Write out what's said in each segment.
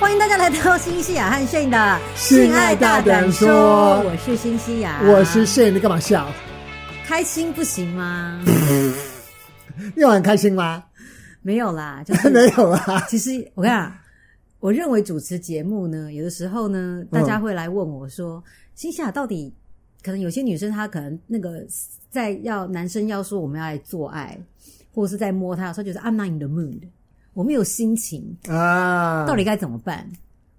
欢迎大家来到新西雅和炫的性爱大胆说我是新西雅，我是谢，你干嘛笑？开心不行吗？ 你有很开心 吗？没有啦，就是 没有啊。其实我跟你讲，我认为主持节目呢，有的时候嗯呢，大家会来问我说，新西亚到底可能有些女生她可能那个在要男生要说我们要来做爱，或者是在摸她的时候，就是 I'm not in the mood，我没有心情，啊，到底该怎么办？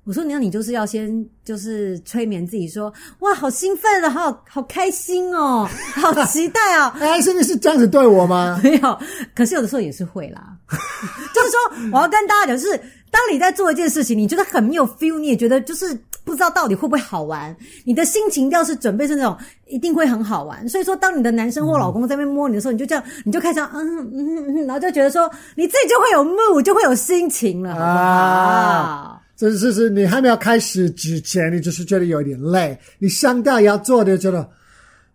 我说，那你就是要先就是催眠自己说，哇，好兴奋啊，好好开心哦，好期待哦， 哎，是你是这样子对我吗？没有，可是有的时候也是会啦。 就是说，我要跟大家讲，就是当你在做一件事情，你觉得很没有 feel，你也觉得就是不知道到底会不会好玩，你的心情要是准备是那种一定会很好玩。所以说，当你的男生或老公在那边摸你的时候，你就这样，你就开始嗯嗯嗯嗯，然后就觉得说你自己就会有 mood，就会有心情了，好不好？啊这是是，你还没有开始之前，你就是觉得有点累，你上吊也要做的，觉得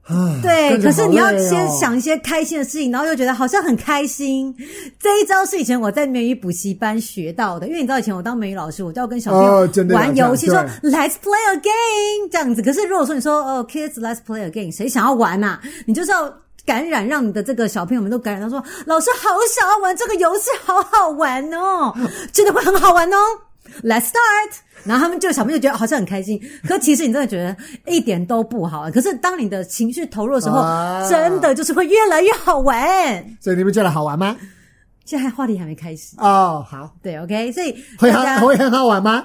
啊，对，看着可好是你要累哦先想一些开心的事情，然后又觉得好像很开心。这一招是以前我在美语补习班学到的，因为你知道以前我当美语老师，我就要跟小朋哦友真的玩游戏，有说这 Let's play a game 这样子。可是如果说你说哦，kids let's play a game，谁想要玩呐、你就是要。感染让你的这个小朋友们都感染到说，老师好想要玩这个游戏，好好玩 哦，真的会很好玩哦。Let's start，然后他们就小朋友就觉得好像很开心，可其实你真的觉得一点都不好玩。可是当你的情绪投入的时候，啊真的就是会越来越好玩。所以你们觉得好玩吗？现在话题还没开始，哦，好，对，OK，所以会啊大家好会很好玩吗？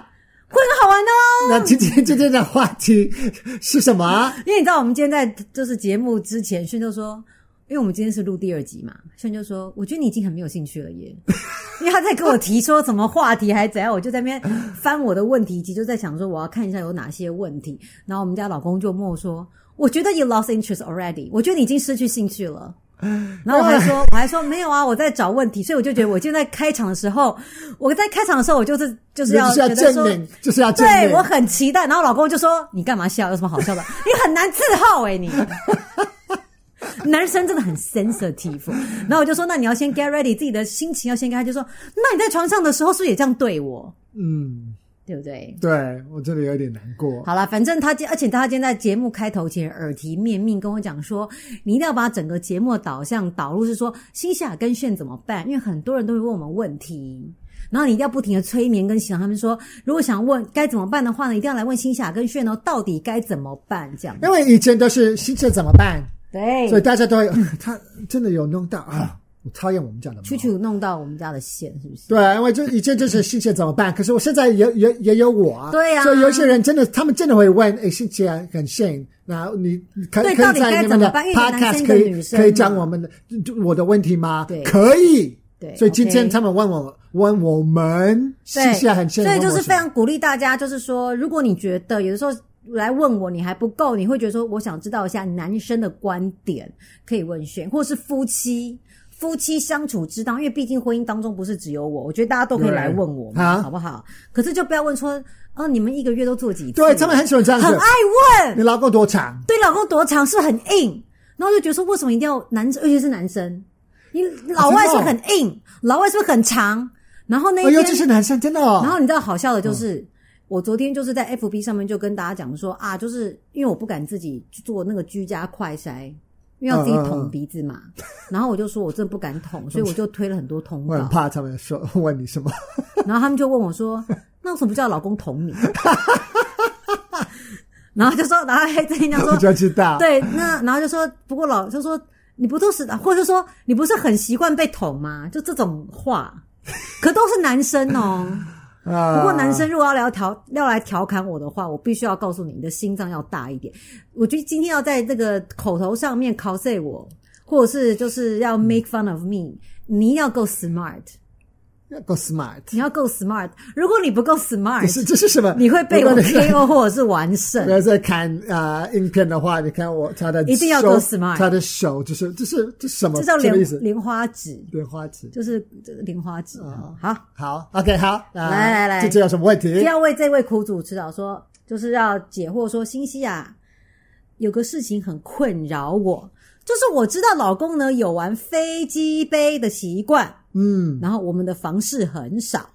会很好玩哦。那今天今天的话题是什么啊？ 因为你知道，我们今天在就是节目之前，轩就说，因为我们今天是录第二集嘛，轩就说，我觉得你已经很没有兴趣了耶， 因为他在跟我提说什么话题还是怎样，我就在那边翻我的问题集，就在想说我要看一下有哪些问题。然后我们家老公就默说，我觉得 you lost interest already，我觉得你已经失去兴趣了。然后我还 说，我还说没有啊，我在找问题，所以我就觉得，我今天在开场的时候，我在开场的时候，我就是就是要就是要觉得证说。明，就是要证对明我。很期待。然后老公就说：“你干嘛笑？有什么好笑的？你很难伺候哎、你。” 男生真的很 sensitive，然后我就说：“那你要先 get ready，自己的心情要先跟他就说，那你在床上的时候是不是也这样对我？嗯，对不对？对我真的有点难过。好啦，反正他今，而且他今天在节目开头前耳提面命跟我讲说，你一定要把整个节目的导向导入是说新夏跟炫怎么办，因为很多人都会问我们问题。然后你一定要不停的催眠跟想他们说，如果想问该怎么办的话呢，一定要来问新夏跟炫哦，到底该怎么办这样。因为以前都是新车怎么办，对所以，大家都会，嗯 他真的有弄到啊！我讨厌我们家的猫。去去弄到我们家的线是不是？对，因为就以前就是新鲜怎么办？可是我现在也也也有我、啊，对啊所以有一些人真的，他们真的会问，哎，新鲜很现，然后你你可对可到以底在该你怎们么的办因为有男生跟 podcast 可女以生嘛可以讲我们的就我的问题吗？对可以。对所以今天 OK 他们问我问我们，新对，鲜很现，所以就问我是什非么常鼓励大家，就是说，如果你觉得有的时候来问我你还不够，你会觉得说我想知道一下男生的观点，可以问选，或是夫妻。夫妻相处之道，因为毕竟婚姻当中不是只有我，我觉得大家都可以来问我对嘛，啊好不好？可是就不要问说，哦，你们一个月都做几次？对他们很喜欢这嗯样很子。爱问，你老公多长？对老公多长是很硬，然后就觉得说为什么一定要男，尤其是男生，你老外是不是很硬，老外是不是很长？然后那一哦，天，尤其是男生，真的哦。嗯然后你知道好笑的就是，我昨天就是在 FB 上面就跟大家讲说啊，就是因为我不敢自己去做那个居家快筛，因为要自己嗯嗯捅嗯鼻子嘛。然后我就说我真的不敢 捅，所以我就推了很多通我很告。怕他们说问你什么， 然后他们就问我说：“那为什么不叫老公捅你？” 然后就说，然后还在那 我说，就知道。对，那然后就说，不过老就说你不都是，或者说你不是很习惯被捅吗？就这种话，可都是男生哦。啊，不过男生如果要来调要来调侃我的话，我必须要告诉你，你的心脏要大一点。我觉得今天要在这个口头上面 cos 我，或者是就是要 make fun of me，你一定要够 smart，要够 smart。你要够 smart。如果你不够这 smart， 是这是什么？你会被如我果你是 KO 或者是完胜 不。要再看啊、呃影片的话，你看我他的一定要手够 smart 他的手就是这是这是什么？这叫什莲么意思？莲花指，莲花指。就是这个莲花指。啊哦好，好，OK，好，呃来来来这这有什么问题不？要为这位苦主指导说，就是要解惑说，新西亚有个事情很困扰我，就是我知道老公呢有玩飞机杯的习惯，嗯，然后我们的房事很少。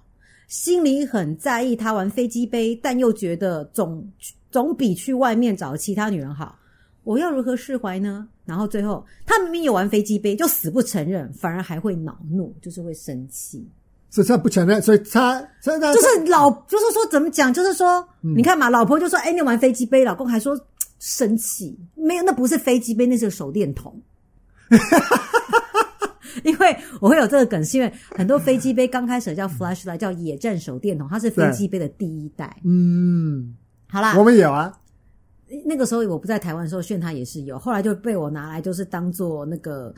心里很在意他玩飞机杯，但又觉得总总比去外面找其他女人好。我要如何释怀呢？然后最后，他明明有玩飞机杯，就死不承认，反而还会恼怒，就是会生气。所以他不承认，所以他所以他呃就是老，就是说怎么讲，就是说，你看嘛，老婆就说：“哎、你玩飞机杯。”老公还说嘖生气，没有，那不是飞机杯，那是个手电筒。 因为我会有这个梗，是因为很多飞机杯刚开始叫 flashlight，叫野战手电筒，它是飞机杯的第一代。嗯，好啦我，们有啊，那个时候我不在台湾的时候，炫它也是有，后来就被我拿来就是当做那个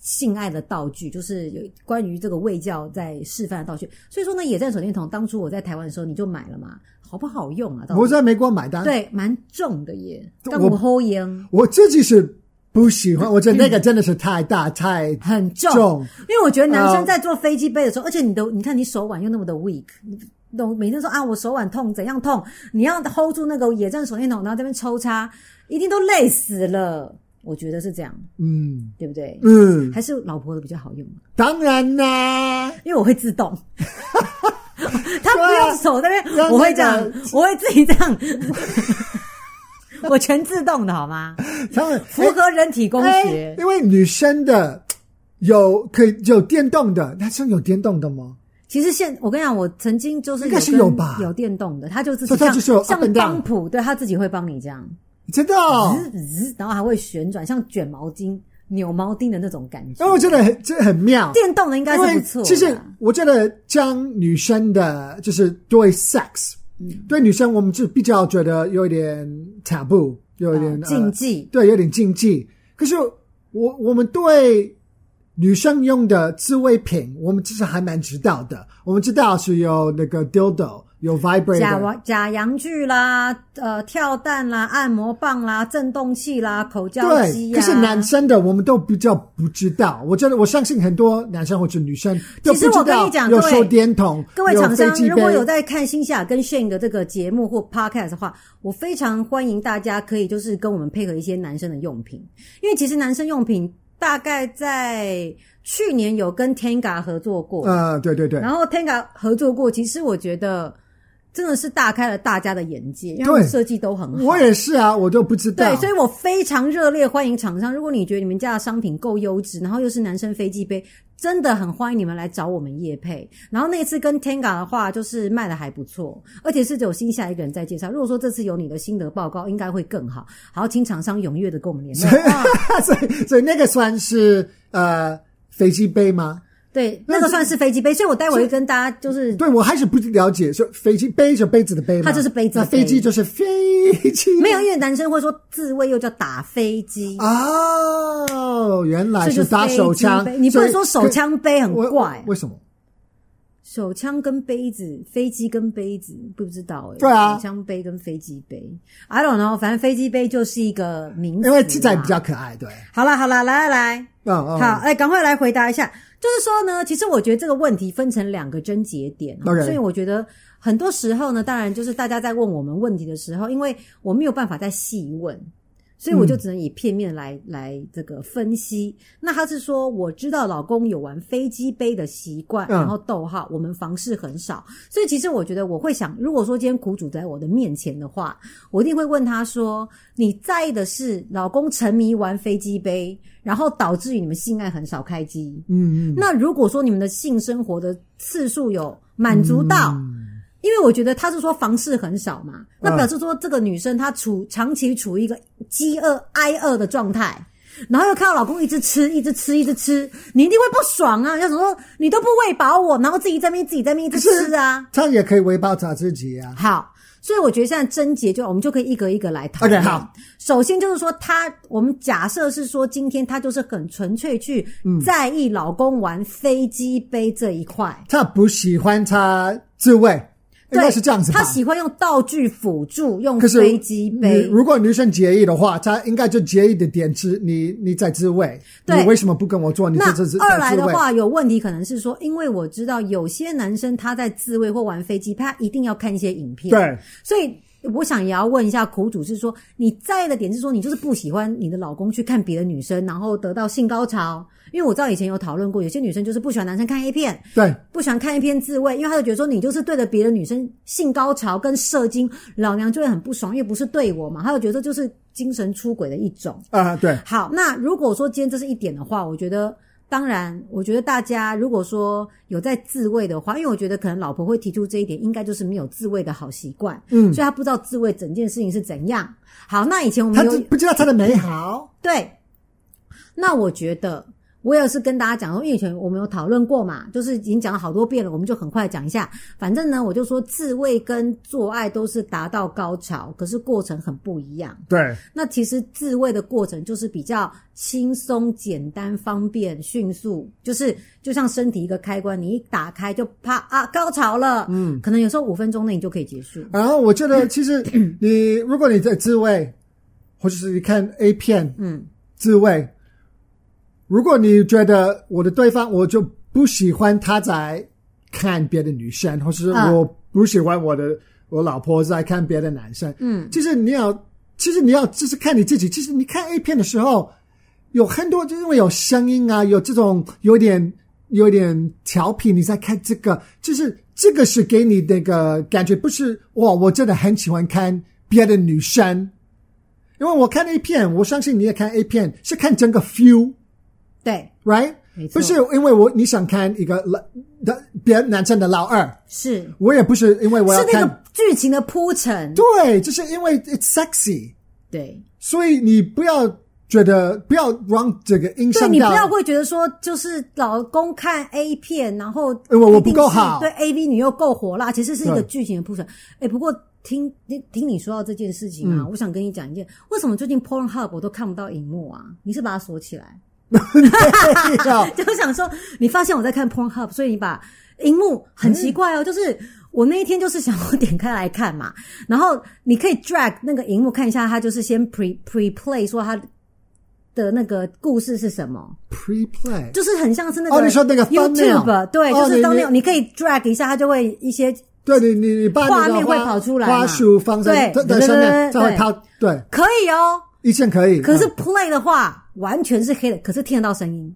性爱的道具，就是有关于这个卫教在示范的道具。所以说呢，野战手电筒当初我在台湾的时候你就买了嘛，好不好用啊？到底我在美国买单，对，蛮重的耶，我跟我后烟我自己是不喜欢，我觉得那个真的是太大太很重，啊重，因为我觉得男生在做飞机杯的时候，而且你的你看你手腕又那么的 weak。你懂每天说啊，我手腕痛，怎样痛？你要 hold 住那个野战手电筒，然后在那边抽插，一定都累死了。我觉得是这样。嗯对不对？嗯，还是老婆的比较好用，当然啦，因为我会自动， 他不用手在那让边，啊那个我会这样，我会自己这样， 我全自动的好吗？当然符合人体工哎学，因为女生的有可以有电动的，男生有电动的吗？其实现我跟你讲，我曾经就是应该是跟有吧有电动的，他就自所己以它像就是有 up 像 and down 帮浦，对他自己会帮你这样，真的、哦，滋滋然后还会旋转，像卷毛巾、扭毛巾的那种感觉因为。我觉得很这很妙。电动的应该哦因是为不错啦，其实我觉得将女生的，就是对 sex，、对嗯女生我们就比较觉得有一点 taboo，有一点、呃呃竞技对，有点禁忌。可是我我们对女生用的自慰品，我们其实还蛮知道的。我们知道是有那个 dildo，有假 vibrator，玩假阳具啦，呃，跳蛋啦，按摩棒啦，震动器啦，口交机对。呀、可是男生的我们都比较不知道。我觉得我相信很多男生或者女生都不其实我知跟道你讲有各位手电筒，各位厂商飞，机如果杯有在看新夏跟炫的这个节目或 podcast 的话，我非常欢迎大家可以就是跟我们配合一些男生的用品，因为其实男生用品大概在去年有跟 Tenga 合作过，呃，对对对，然后 Tenga 合作过，其实我觉得真的是大开了大家的眼界，因为他们对设计都很好。我也是啊，我都不知道。对，所以我非常热烈欢迎厂商。如果你觉得你们家的商品够优质，然后又是男生飞机杯，真的很欢迎你们来找我们叶配。然后那次跟 Tenga 的话，就是卖的还不错，而且是只有新下一个人在介绍。如果说这次有你的心得报告，应该会更好。好，请厂商踊跃的跟我们联络。啊 所以所以那个算是呃飞机杯吗？对，那个算是飞机杯，所以我待会会跟大家就是对我还是不了解，说飞机杯就杯子的杯嘛，它就是杯子的那飞机就是飞机，没有，因为男生会说自慰又叫打飞机。哦，原来这就是啊打飞手机枪杯，你不能所说以手枪杯很可我怪啊我，为什么？手枪跟杯子，飞机跟杯子，不知道哎、对啊手枪杯跟飞机杯，I don't know，反正飞机杯就是一个名词啦。因为鸡仔比较可爱，对，好啦好啦，来来来，嗯嗯，好，哎，赶快来回答一下。就是说呢，其实我觉得这个问题分成两个症结点哦、 OK 所以我觉得很多时候呢，当然就是大家在问我们问题的时候，因为我没有办法再细问，所以我就只能以片面来、来这个分析。那他是说，我知道老公有玩飞机杯的习惯，嗯然后逗号，我们房事很少，所以其实我觉得我会想，如果说今天苦主在我的面前的话，我一定会问他说：“你在意的是老公沉迷玩飞机杯，然后导致于你们性爱很少开机。嗯嗯，那如果说你们的性生活的次数有满足到，因为我觉得他是说房事很少嘛，那表示说这个女生她处长期处于一个饥饿挨饿的状态。”然后又看到老公一直吃，一直吃，一直吃，你一定会不爽啊！要想说你都不喂饱我，然后自己在那边自己在那边一直可是吃啊。这样也可以围包砸自己啊，好，所以我觉得现在症结就我们就可以一个一个来讨论。 OK，好，首先就是说她，我们假设是说今天她就是很纯粹去嗯在意老公玩飞机杯这一块。他不喜欢他自慰，应对，哎该是这样子吧她？喜欢用道具辅助，用可是飞机你杯。如果女生介意的话，她应该就介意的点是你你在自慰，你对为什么不跟我做？你那这这是二来在自的慰。话，有问题可能是说，因为我知道有些男生他在自慰或玩飞机，他一定要看一些影片。对，所以我想也要问一下苦主，是说你在意的点是说你就是不喜欢你的老公去看别的女生，然后得到性高潮。因为我知道以前有讨论过，有些女生就是不喜欢男生看 A 片，对，不喜欢看 A 片自慰，因为她就觉得说你就是对着别的女生性高潮跟射精，老娘就会很不爽，因为不是对我嘛，她就觉得这就是精神出轨的一种。啊、对，好，那如果说今天这是一点的话，我觉得，当然，我觉得大家如果说有在自慰的话，因为我觉得可能老婆会提出这一点，应该就是没有自慰的好习惯，嗯所以她不知道自慰整件事情是怎样。好，那以前我他们只有不知道他的美好，对，那我觉得我也是跟大家讲说，因为以前我们有讨论过嘛，就是已经讲了好多遍了，我们就很快讲一下。反正呢，我就说自慰跟做爱都是达到高潮，可是过程很不一样。对，那其实自慰的过程就是比较轻松、简单、方便、迅速，就是就像身体一个开关，你一打开就啪啊高潮了，嗯，可能有时候五分钟内你就可以结束。然后我觉得，其实你如果你在自慰，或者是你看 A 片，嗯，自慰，如果你觉得我的对方，我就不喜欢他在看别的女生，或是嗯我不喜欢我的、我老婆在看别的男生，嗯，就是你要，其实你要就是看你自己，其实你看 A 片的时候，有很多就因为有声音啊，有这种有点有点调皮，你在看这个，就是这个是给你那个感觉，不是哇，我真的很喜欢看别的女生，因为我看 A 片，我相信你也看 A 片，是看整个 feel，right？对，没错不是因为我你想看一个老的别男生的老二，是我也不是因为我要是那看，个剧情的铺陈，对，就是因为 it's sexy。对，所以你不要觉得不要让这个影对响你到不要会觉得说就是老公看 A 片，然后因为哎我一定不够是好对 A V 女又够火辣，其实是一个对剧情的铺陈。哎，不过听听听你说到这件事情嗯啊，我想跟你讲一件，为什么最近 Pornhub 我都看不到荧幕啊？你是把它锁起来？对啊 就想说，你发现我在看 Pornhub，所以你把荧幕很奇怪嗯哦，就是我那一天就是想要点开来看嘛，然后你可以 drag 那个荧幕看一下，它就是先 pre pre play 说它的那个故事是什么， pre play 就是很像是那个哦你说那个 thumbnail YouTube 对，哦就是你 thumbnail，你你可以 drag 一下，它就会一些。对你你你把你的画面会花跑出来嘛花束放在对在对上对对面，它会对跑对，可以哦，以前可以，可是嗯 play 的话完全是黑的，可是听得到声音。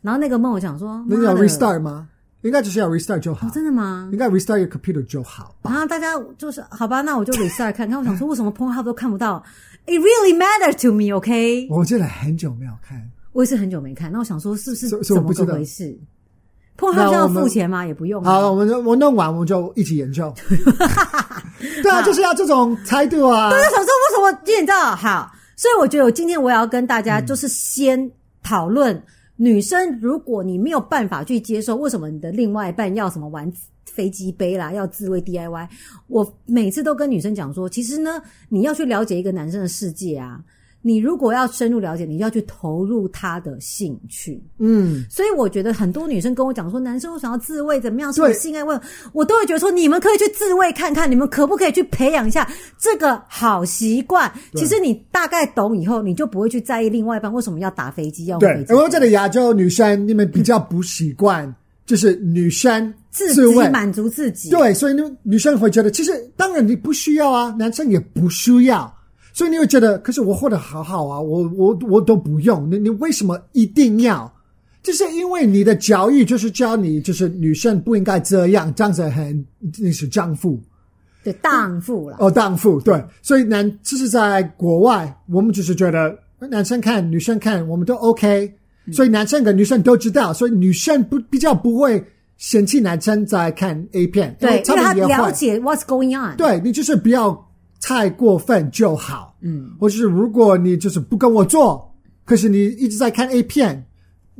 然后那个梦，我想说，那你妈要的 restart 吗？应该就是要 restart 就好哦，真的吗？应该 restart your computer 就好吧。然后大家就是好吧，那我就 restart 看看。我想说，为什么 Pornhub 都看不到？It really matter to me, OK？我真的很久没有看，我也是很久没看，那我想说是不是所以怎所以我么不个知道回事？Pornhub 那这我样们付钱吗？也不用啊。好，我们就我弄完我们就一起研究。对啊，就是要这种态度啊。我就想说，为什么你知道？好，所以我觉得我今天我也要跟大家就是先讨论，女生如果你没有办法去接受，为什么你的另外一半要什么玩飞机杯啦，要自慰 DIY？我每次都跟女生讲说，其实呢，你要去了解一个男生的世界啊。你如果要深入了解，你要去投入他的兴趣。嗯，所以我觉得很多女生跟我讲说，男生我想要自慰怎么样，是不是对性爱问，我都会觉得说，你们可以去自慰看看，你们可不可以去培养一下这个好习惯？其实你大概懂以后，你就不会去在意另外一半为什么要打飞机，要用对飞，机因为这里亚洲女生你们比较不习惯，就是女生自自慰己满足自己。对，所以呢，女生会觉得，其实当然你不需要啊，男生也不需要，所以你会觉得，可是我活得好好啊，我我我都不用，你你为什么一定要？就是因为你的教育就是教你，就是女生不应该这样，这样子很你是丈夫对，荡妇啦，哦，荡妇对，所以男就是在国外，我们就是觉得男生看女生看，我们都 OK，所嗯以男生跟女生都知道，所以女生不比较不会嫌弃男生在看 A 片，对，因他为他们也了会。解 what's going on。，对你就是不要太过分就好。嗯，或是如果你就是不跟我做，可是你一直在看 A 片，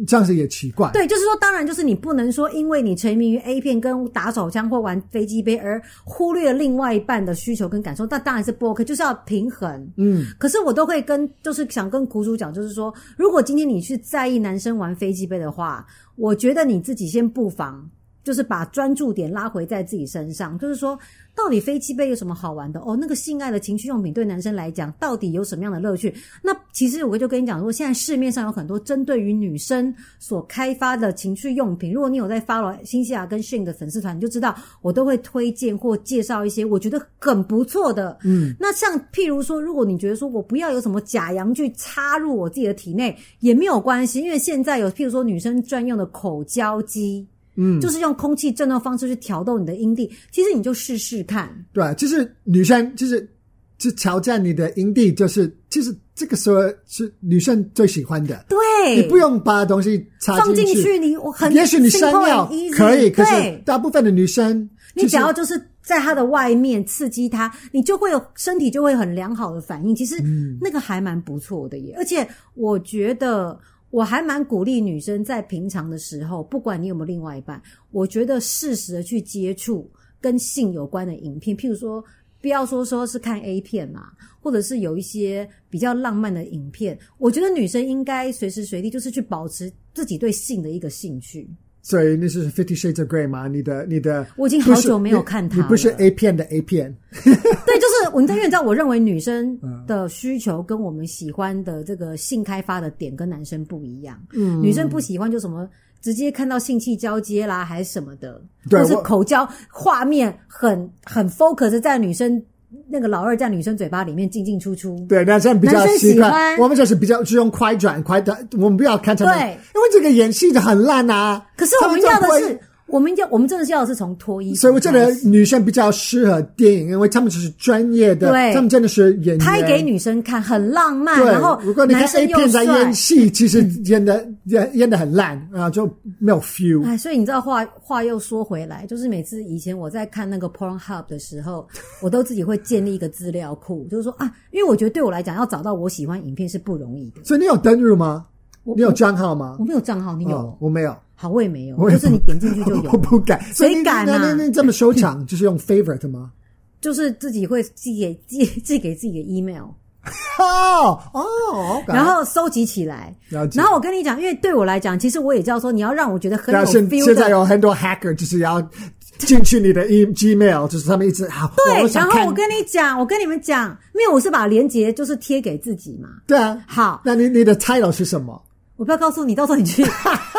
这样子也奇怪。，对，就是说，当然就是你不能说，因为你沉迷于 A 片跟打手枪或玩飞机杯而忽略另外一半的需求跟感受，那当然是不 OK，就是要平衡。嗯，可是我都会跟，就是想跟苦主讲，就是说，如果今天你去在意男生玩飞机杯的话，我觉得你自己先不妨就是把专注点拉回在自己身上，就是说，到底飞机杯有什么好玩的？哦，那个性爱的情趣用品对男生来讲，到底有什么样的乐趣？那其实我就跟你讲说，现在市面上有很多针对于女生所开发的情趣用品，如果你有在 follow 新西亚跟 Shin 的粉丝团，你就知道我都会推荐或介绍一些我觉得很不错的。嗯，那像譬如说，如果你觉得说我不要有什么假阳具插入我自己的体内，也没有关系，因为现在有譬如说女生专用的口交机。嗯，就是用空气振动方式去挑逗你的阴蒂，其实你就试试看。对，就是女生就是就挑战你的营地，就是就是这个时候是女生最喜欢的。对，你不用把东西插放进去，去你我很也许你心山痛很药 easy，可以，可是对大部分的女生、就是，你只要就是在它的外面刺激它，你就会有身体就会很良好的反应。其实嗯那个还蛮不错的耶，而且我觉得我还蛮鼓励女生在平常的时候，不管你有没有另外一半，我觉得适时的去接触跟性有关的影片，譬如说。不要说说是看 A 片嘛，或者是有一些比较浪漫的影片，我觉得女生应该随时随地就是去保持自己对性的一个兴趣。所以那是 Fifty Shades of Grey 吗？你的你的，我已经不是好久没有看它你，你不是了 A 片的 A 片，对，就是我，因为你知道，我认为女生嗯的需求跟我们喜欢的这个性开发的点跟男生不一样。嗯，女生不喜欢就什么直接看到性器交接啦，还是什么的，对或是我口交画面很很 focus 在女生那个老二在女生嘴巴里面进进出出。对，男生比较男生喜习惯，欢我们就是比较只用快转快的，我们不要看他们，对因为这个演戏的很烂啊。可是我们要的是，我们要我们真的是要的是从脱衣服开始，所以我觉得女生比较适合电影，因为他们就是专业的，对他们真的是演员。拍给女生看很浪漫，对，然后如果你看男生 A 又片在帅演。戏，其实演的演演的很烂啊，就没有 feel。哎，所以你知道话话又说回来，就是每次以前我在看那个 Pornhub 的时 候，我都自己会建立一个资料库，就是说啊，因为我觉得对我来讲，要找到我喜欢影片是不容易的。所以你有登入吗？我你有账号吗我？没有账号，你有？哦我没有，好，我也没有，我也。就是你点进去就有 我不敢。所以你谁敢啊那那那这么收场，就是用 favorite 吗？就是自己会寄给寄寄给自己的 email，哦哦，然后收集起来。了解然后我跟你讲，因为对我来讲，其实我也知道说，你要让我觉得很有但啊现 feel 现在的，有很多 hacker 就是要进去你的 e Gmail，就是他们一直好，对我。然想后看我跟你讲，我跟你们讲，因为我是把链接就是贴给自己嘛。对啊，好，那你你的 title 是什么？我不要告诉你，到时候你 去，不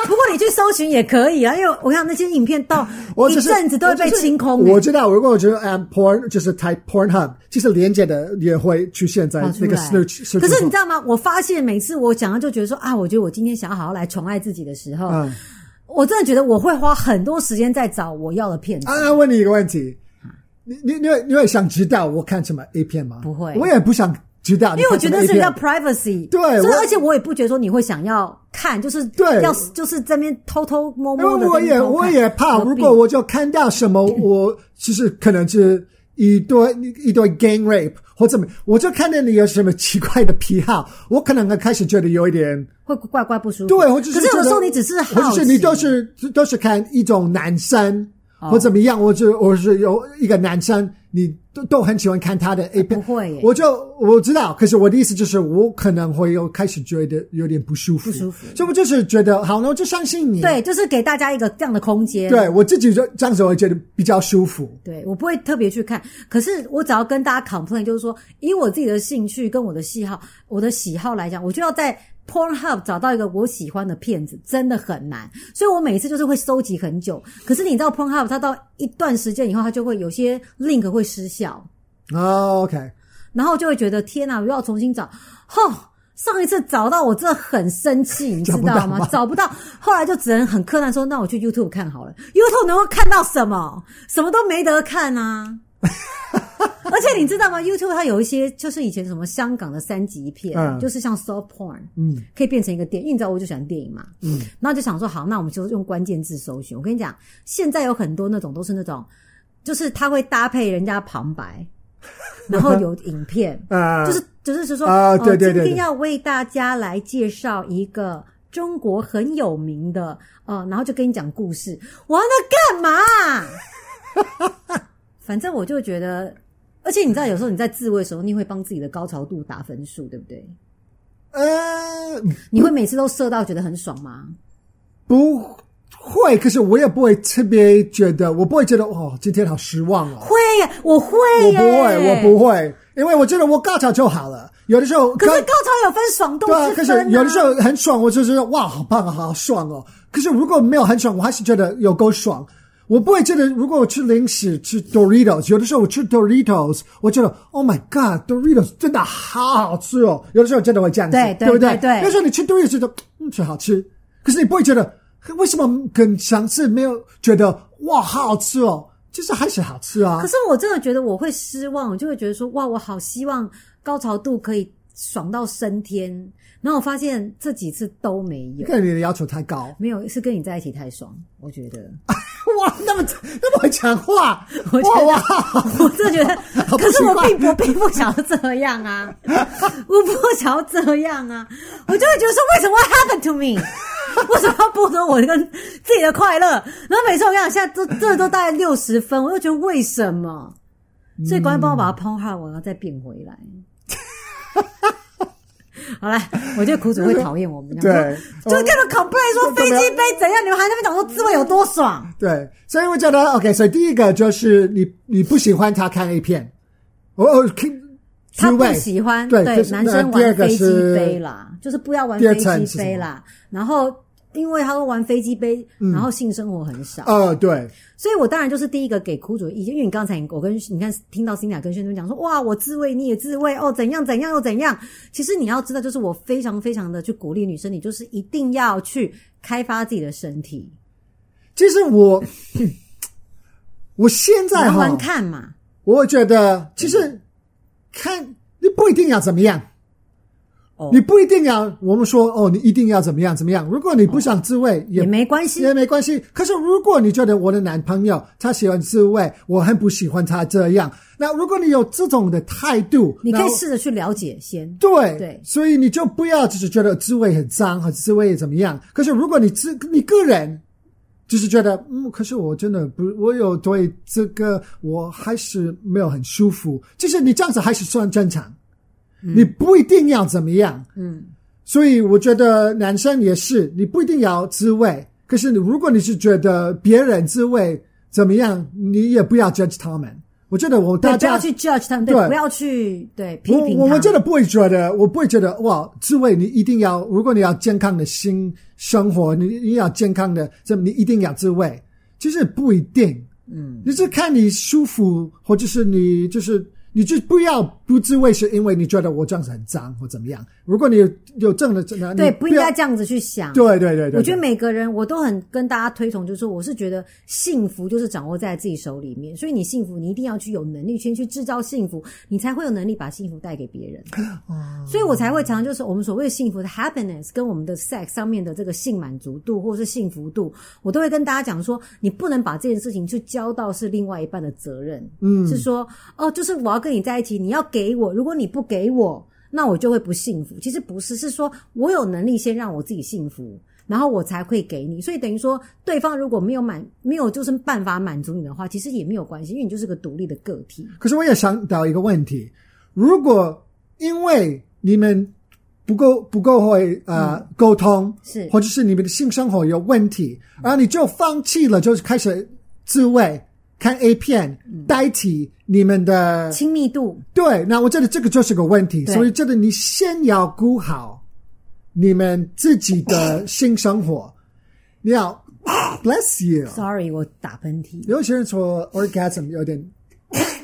过你去搜寻也可以啊，因为我看那些影片到 我一就是阵子都会被清空、我欸。知道，如果我觉得 um porn 就是 type Pornhub，其实连接的也会出现在跑出来那个 search search 可是你知 result。道吗？我发现每次我想要就觉得说啊，我觉得我今天想要好好来宠爱自己的时候，嗯我真的觉得我会花很多时间在找我要的片子。啊，问你一个问题，你你你会你会想知道我看什么 A 片吗？不会我也不想知道，因为我觉得你是比看什么较 A 片 privacy，对所以我而且我也不觉得说你会想要看，就是对要就是在那边偷偷摸因摸为的。我也我也怕，如果我我就看到 什么，我就是可能是一堆一堆 gang rape 或怎么，我就看到你有什么奇怪的癖好，我可能开始觉得有一点会怪怪不舒服。对，我只是可是有的觉时候得你只是我好就奇，是你都是都是看一种男生。哦或怎么样？我就我是有一个男生，你都都很喜欢看他的 A 片，哎不会耶我就我知道，可是我的意思就是，我可能会有开始觉得有点不舒服，不舒服所以我就是觉得好，那我就相信你，对，就是给大家一个这样的空间。对我自己就这样子，我觉得比较舒服。对我不会特别去看，可是我只要跟大家 complain，就是说，以我自己的兴趣跟我的喜好，我的喜好来讲，我就要在 Pornhub 找到一个我喜欢的片子，真的很难。所以我每一次就是会收集很久。可是你知道 Pornhub 它到一段时间以后，它就会有些 link 会失效，哦、o k 然后就会觉得天哪，我又要重新找，吼。上一次找到我真的很生气，你知找不到道吗？吗找不到，后来就只能很困难说，那我去 YouTube 看好了。YouTube 能够看到什么？什么都没得看啊！ 而且你知道吗？YouTube 它有一些就是以前什么香港的三级片，嗯就是像 soft porn，嗯，可以变成一个电影。因为你知道我就喜欢电影嘛，嗯，然后就想说好，那我们就用关键字搜寻。我跟你讲，现在有很多那种都是那种，就是它会搭配人家旁白， 然后有影 片，呃，就是就是是说啊呃对对对对今天要为大家来介绍一个中国很有名的呃，然后就跟你讲故事，我要那干嘛啊、 反正我就觉得，而且你知道，有时候你在自慰的时候，你会帮自己的高潮度打分数，对不对？呃，你会每次都射到觉得很爽吗？不会，可是我也不会特别觉得，我不会觉得哦，今天好失望哦。会耶，我会我耶，不会，我不会，因为我觉得我高潮就好了。有的时候可高是高潮有分爽度对啊，之可分、啊是有的时候很爽，我就觉得哇，好棒啊，好爽哦。可是如果没有很爽，我还是觉得有够爽。我不会觉得，如果我吃零食吃 Doritos，有的时候我吃 Doritos，我觉得 Oh my God，Doritos 真的好好吃哦。有的时候真的会这样子，对对不对对有的时候你吃 Doritos 觉得嗯，这好吃，可是你不会觉得为什么跟上次没有觉得哇，好好吃哦，就是还是好吃啊可。是我真的觉得我会失望，我就会觉得说，哇，我好希望高潮度可以爽到升天。然后我发现这几次都没有，看你的要求太高，没有是跟你在一起太爽，我觉得，哇，那么那么会讲话， 我觉得哇哇， 我真的觉得， 好不可是习我惯并不并不想要这样 啊，我不想要这样啊，我就会觉得说，为什么 what happened to me？为什么要剥夺我跟自己的快乐？然后每次我跟你讲，现在都这都大概六十分，我就觉得为什么？所以赶快帮我把它抛下，我要再变回 来。好了，我觉得苦主会讨厌我们，对想说就根本 complain 说飞机杯怎样，你们还在那边讲说滋味有多爽，对，所以我觉得 OK。所以第一个就是你你不喜欢他看 A 片，哦哦，看他滋不味喜欢对可是男那生第二玩个飞机是杯啦，就是不要玩第二飞层是机什么嗯杯啦。然后因为他说玩飞机杯，然后性生活很少，呃，对，所以我当然就是第一个给苦主的意见，因为你刚才我跟你看听到辛雅跟轩轩讲说，哇，我自慰你也自慰哦，怎样怎样又怎样。其实你要知道，就是我非常非常的去鼓励女生，你就是一定要去开发自己的身体，其实我我现在玩哈玩，看嘛。我觉得其实看你不一定要怎么样，哦你不一定要我们说哦，你一定要怎么样怎么样。如果你不想自慰，也也没关系也没关系。可是如果你觉得我的男朋友他喜欢自慰，我很不喜欢他这样，那如果你有这种的态度，你可然以后试着去了解先。对对所以你就不要就是觉得滋味很脏，和滋味怎么样。可是如果你自你个人就是觉得，嗯，可是我真的不，我有对这个我还是没有很舒服，就是你这样子还是算正常，你不一定要怎么样。嗯，所以我觉得男生也是，你不一定要自慰，可是你如果你是觉得别人自慰怎么样，你也不要 judge 他们。我觉得我对大，不家要去 judge 他们，对，对不要去对批我评他我们。我真的不会觉得，我不会觉得哇，自慰你一定要，如果你要健康的心生活，你你要健康的，这你一定要自慰，其实不一定，嗯，你是看你舒服，或者是你就是你就不要不自慰，是因为你觉得我这样子很脏或怎么样。如果你有有这样的，那你对，不应要该这样子去想。对对对对，我觉得对每个人我都很跟大家推崇，就是说我是觉得幸福就是掌握在自己手里面，所以你幸福，你一定要去有能力先去制造幸福，你才会有能力把幸福带给别人。所以我才会常常就是我们所谓的幸福的 happiness 跟我们的 sex 上面的这个性满足度或者是幸福度，我都会跟大家讲说，你不能把这件事情去交到是另外一半的责任。嗯，是说哦，就是我要跟你在一起，你要给我，如果你不给我，那我就会不幸福。其实不是，是说我有能力先让我自己幸福。然后我才会给你，所以等于说，对方如果没有满，没有就是办法满足你的话，其实也没有关系，因为你就是个独立的个体。可是我也想到一个问题：如果因为你们不够不够会呃沟通，是或者是你们的性生活有问题，然后你就放弃了，就是开始自慰、看 A 片，代替你们的亲密度，对，那我觉得这个就是个问题，对所以这个你先要顾好你们自己的性生 活，你要 bless you。 Sorry，我打喷嚏。有些人说 orgasm 有点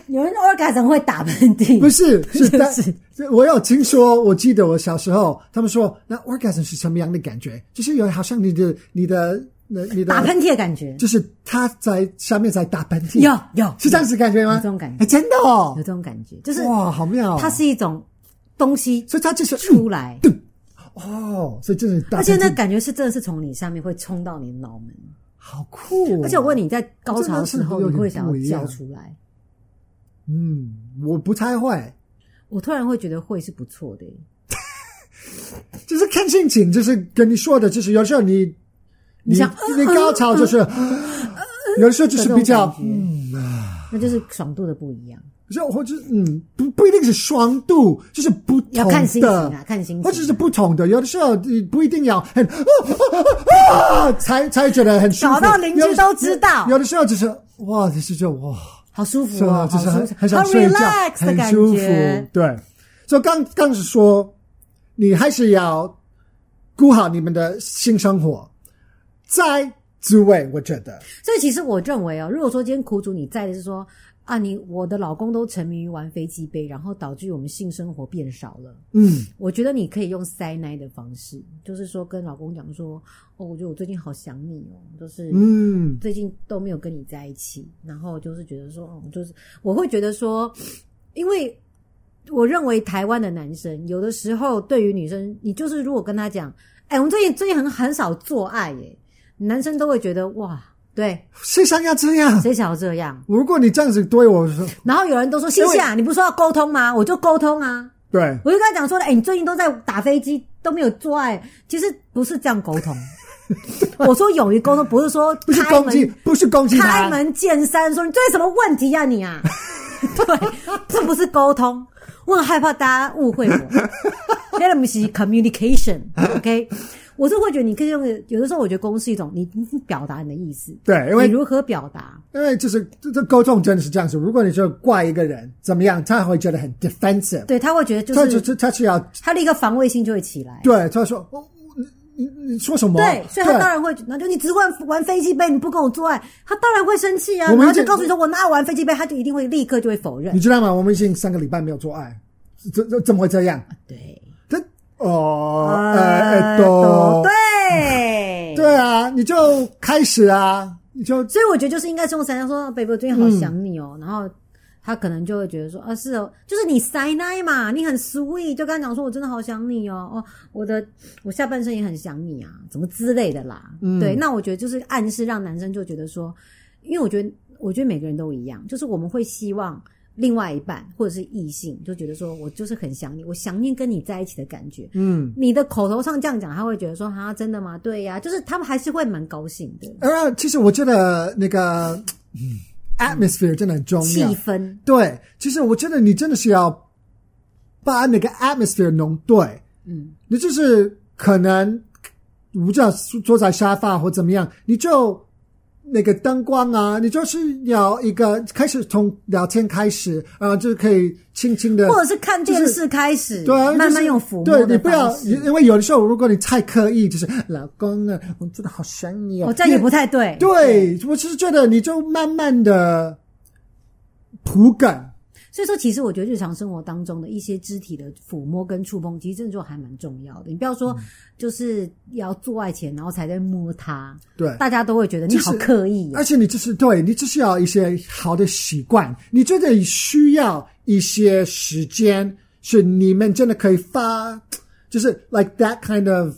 有人 orgasm 会打喷嚏，不是，是就但是我有听说，我记得我小时候，他们说那 orgasm 是什么样的感觉？就是有好像你的、你的、那你打的，喷嚏的感觉，就是他在下面在打喷嚏，有有是这样子感觉吗？有这种感觉哎真的哦有，这种感觉，就是哇，好妙、哦！它是一种东西所以他就是出来，哦，所以真的打而喷嚏，且那感觉是真的是从你上面会冲到你的脑门，好酷、哦。而且我问你，在高潮的时候真的是有点你会想不一要样叫出来？嗯，我不太会，我突然会觉得会是不错的耶，就是看心情，就是跟你说的，就是有时候你你想呃你高潮就是，有的时候就是比较嗯这种感觉那就是爽度的不一样。就或者是嗯，不不一定是双度，就是不同的，要看心情啊，看心情。或者是不同的。有的时候你不一定要很啊啊啊啊才才觉得很舒服，搞到邻居有的都知道有有的时候就是哇，就是就哇，好舒服是哦吧？，就是好很舒服很想好睡觉， relax 的很感舒服觉。。对，所以刚刚是说，你还是要顾好你们的性生活，在滋味，我觉得所以其实我认为哦，如果说今天苦主你在的是说啊，你我的老公都沉迷于玩飞机杯，然后导致我们性生活变少了。嗯。我觉得你可以用塞奶的方式，就是说跟老公讲说，哦，我觉得我最近好想你哦，就是嗯最近都没有跟你在一起，然后就是觉得说，嗯，就是我会觉得说，因为我认为台湾的男生有的时候对于女生，你就是如果跟他讲，哎、我们最近最近很很少做爱耶，男生都会觉得哇，对，谁想要这 样？谁想要这样？如果你这样子对我说，然后有人都说心夏，你不是说要沟通吗？我就沟通啊，对，我就跟他讲说，哎、你最近都在打飞机，都没有做爱，其实不是这样沟 通。我说勇于沟通，不是说不是开攻门击，不是攻击开他，门见山说：“你这是什么问题呀、你啊？” 对，这不是沟通，我很害怕大家误会我。这不是 communication，OK？、我是会觉得你可以用，有的时候我觉得沟通是一种你你表达你的意思，对，因为你如何表达？因为就是这这沟通真的是这样子。如果你说怪一个人怎么样，他会觉得很 defensive，对他会觉得他就就是就他是要他的一个防卫心就会起来。对他说，我我你你你说什么？对，所以他当然会，那就你只玩玩飞机杯，你不跟我做爱，他当然会生气啊。我然们后已经就告诉你说我哪有玩飞机杯，他就一定会立刻就会否认你。知道吗？我们已经三个礼拜没有做爱，怎怎怎么会这样？对，这哦，呃呃，都对，对啊，你就开始啊，你就所以我觉得就是应该是用塞奶说，baby，我最近好嗯想你哦、然后他可能就会觉得说，啊，是哦，就是你塞奶嘛，你很 sweet，就跟他讲说我真的好想你哦、哦，我的我下半身也很想你啊，怎么之类的啦。嗯对，那我觉得就是暗示让男生就觉得说，因为我觉得我觉得每个人都一样，就是我们会希望。另外一半或者是异性就觉得说，我就是很想你，我想念跟你在一起的感觉。嗯。你的口头上这样讲，他会觉得说，啊，真的吗？对呀、就是他们还是会蛮高兴的，呃，其实我觉得那个嗯 atmosphere 真的很重气要。氛。对，其实我觉得你真的是要把那个 atmosphere 弄对，嗯，你就是可能不知道坐在沙发或怎么样，你就那个灯光啊，你就是要一个开始从聊天开始，然后就可以轻轻的或者是看电视开始，对啊，慢慢就是用抚摸对的你不要方，式因为有的时候如果你太刻意，就是老公啊，我真的好想你哦，哦，这样也你不太对。对，我只是觉得你就慢慢的土感，所以说，其实我觉得日常生活当中的一些肢体的抚摸跟触碰，其实真的就还蛮重要的。你不要嗯说就是要做爱前，然后才在摸它，对。大家都会觉得你好刻意哦而。且你哎就是对你就是要一些好的习惯，你真的需要一些时间，是你们真的可以发，就是 like that kind of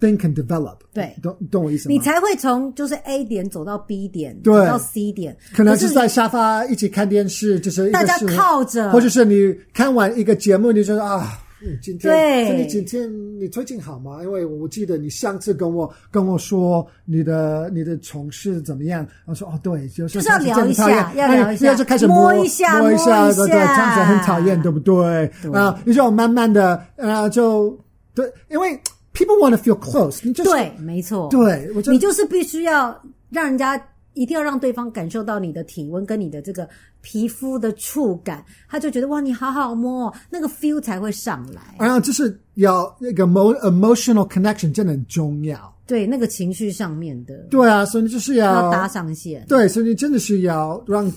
thing can develop 对你懂懂我意思吗？你才会从就是 A 点走到 B 点，对走到 C 点，可能不是是在沙发一起看电视，就是一个大家是靠着或者是你看完一个节目，你就说啊。嗯今天，对所以你今天你最近好吗？因为我记得你上次跟我跟我说你的你的同事怎么样，我说哦对，就是就是要上次真聊一的下讨厌要那你聊一下那哎就开始摸摸一下摸一摸一下对对，这样子很讨厌，对不对？啊，你就慢慢的，啊，就对，因为 people want to feel close，你就是对，没错，对，我就你就是必须要让人家一定要让对方感受到你的体温跟你的这个皮肤的触感，他就觉得哇，你好好摸、哦，那个 feel 才会上来。然后啊就是要那个 mo emotional connection 真的很重要。对，那个情绪上面的对啊，所以你就是要要搭上线，对，所以你真的是要让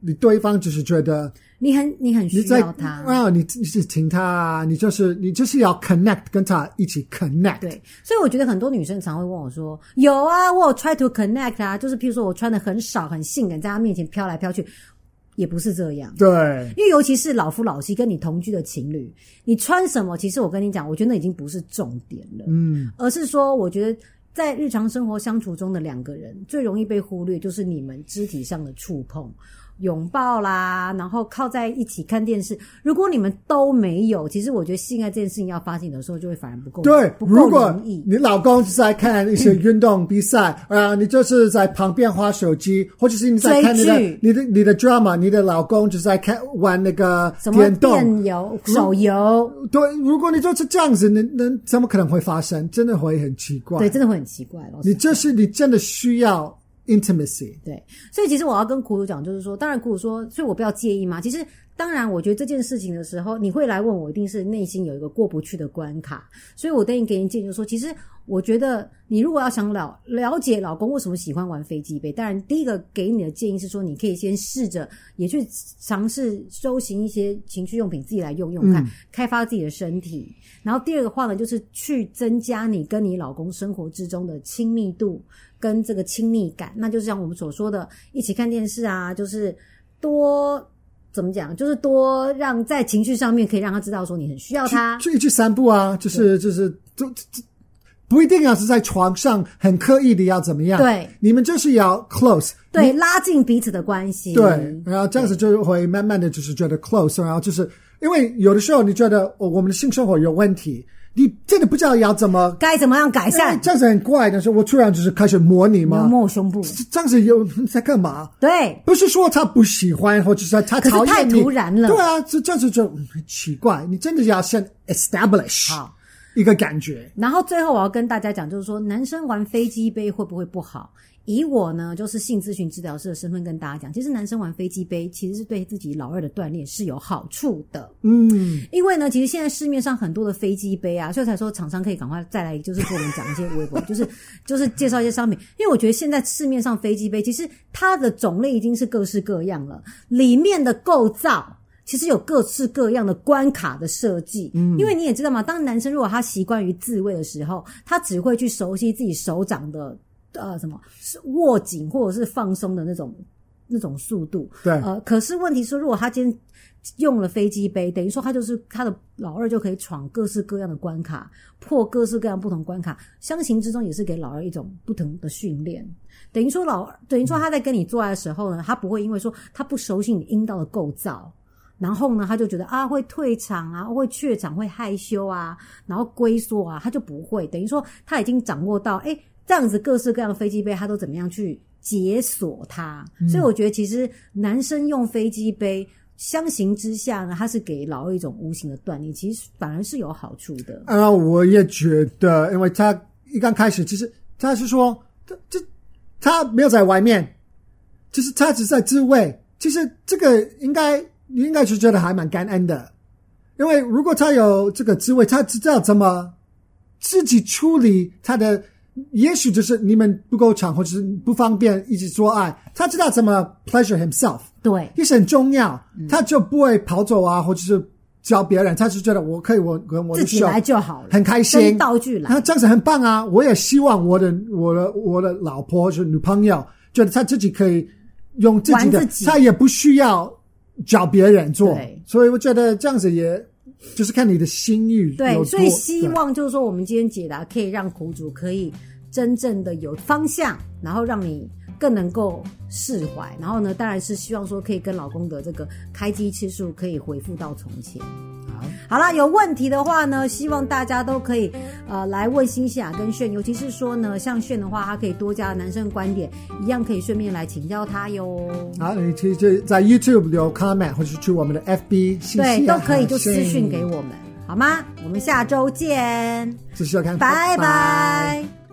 你对方就是觉得你很你很你需在要他。啊，你你是听他啊，你就是你就是要 connect 跟他一起 connect。对，所以我觉得很多女生常会问我说：“有啊，我有 try to connect 啊，就是譬如说我穿的很少、很性感，在她面前飘来飘去，也不是这样。”对因为尤其是老夫老妻跟你同居的情侣，你穿什么，其实我跟你讲，我觉得那已经不是重点了，嗯，而是说，我觉得在日常生活相处中的两个人最容易被忽略，就是你们肢体上的触碰。拥抱啦，然后靠在一起看电视。如果你们都没有，其实我觉得性爱这件事情要发生的时候，就会反而不够对，不够如果容易。你老公是在看一些运动比赛，啊、你就是在旁边划手机，或者是你在看你的追剧你的你的 drama，你的老公就是在看玩那个什么电动。电游、手游，对，如果你就是这样子，你能怎么可能会发生？真的会很奇怪。对，真的会很奇怪。老师你就是你真的需要 intimacy。对，所以其实我要跟苦主讲，就是说，当然苦主说，所以我不要介意嘛。其实，当然，我觉得这件事情的时候，你会来问我，一定是内心有一个过不去的关卡。所以我等于给你建议，就是说，其实我觉得你如果要想了了解老公为什么喜欢玩飞机杯，当然第一个给你的建议是说，你可以先试着也去尝试搜寻一些情趣用品，自己来用用看，嗯开发自己的身体。然后第二个话呢，就是去增加你跟你老公生活之中的亲密度跟这个亲密感。那就是像我们所说的，一起看电视啊，就是多怎么讲，就是多让在情绪上面可以让他知道说你很需要他。就一去散步啊，就是就是就就不一定要是在床上很刻意的要怎么样，对，你们就是要 close，对，拉近彼此的关系。对，然后这样子就会慢慢的就是觉得 close，然后就是因为有的时候你觉得、哦、我们的性生活有问题，你真的不知道要怎么，哎该怎么样改善？这样子很怪，但是我突然就是开始模拟摸嘛，摸我胸部，这样子有你在干嘛？对，不是说他不喜欢，或者是他可是讨厌太你突然了对啊，这这样子就嗯很奇怪。你真的要先 establish 好一个感觉，然后最后我要跟大家讲，就是说男生玩飞机杯会不会不好？以我呢，就是性咨询治疗师的身份跟大家讲，其实男生玩飞机杯其实是对自己老二的锻炼是有好处的。嗯，因为呢，其实现在市面上很多的飞机杯啊，所以才说厂商可以赶快再来，就是跟我们讲一些微博， 就是就是介绍一些商品。因为我觉得现在市面上飞机杯，其实它的种类已经是各式各样了，里面的构造。其实有各式各样的关卡的设计，嗯，因为你也知道嘛，当男生如果他习惯于自慰的时候，他只会去熟悉自己手掌的呃什么是握紧或者是放松的那种那种速度，对呃，可是问题是，如果他今天用了飞机杯，等于说他就是他的老二就可以闯各式各样的关卡，破各式各样不同关卡，相形之中也是给老二一种不同的训练。等于说老二，等于说他在跟你做爱的时候呢，他不会因为说他不熟悉你阴道的构造。然后呢，他就觉得啊会退场啊，会怯场，会害羞啊，然后龟缩啊，他就不会。等于说他已经掌握到，哎，这样子各式各样的飞机杯，他都怎么样去解锁它？嗯所以我觉得其实男生用飞机杯。相形之下呢，它是给老二一种无形的锻炼，其实反而是有好处的。然后我也觉得，因为他一刚开始，其实他是说，他这他没有在外面，就是他只是在自慰。其实这个应该你应该是觉得还蛮感恩的，因为如果他有这个自慰，他知道怎么自己处理他的，也许就是你们不够长，或者是不方便一起做爱，他知道怎么 pleasure himself。对，也是很重要，他就不会跑走啊，或者是教别人，他就觉得我可以我跟我自的己手来就好了，很开心跟，道具来那。这样子很棒啊！我也希望我的我的我的老婆就是女朋友，觉得她自己可以用自己的，玩自己她也不需要找别人做对，所以我觉得这样子也就是看你的心意有对，多所以希望就是说，我们今天解答可以让苦主可以真正的有方向，然后让你更能够释怀。然后呢，当然是希望说可以跟老公的这个开机次数可以恢复到从前。对好好啦，有问题的话呢，希望大家都可以呃来问新西亚跟炫，尤其是说呢，像炫的话，他可以多加男生观点，一样可以顺便来请教他哟。好，你其实在 YouTube 留 comment 或者是去我们的 FB 信息对，都可以就私讯讯给，我们，好吗？我们下周见，这是要看，拜拜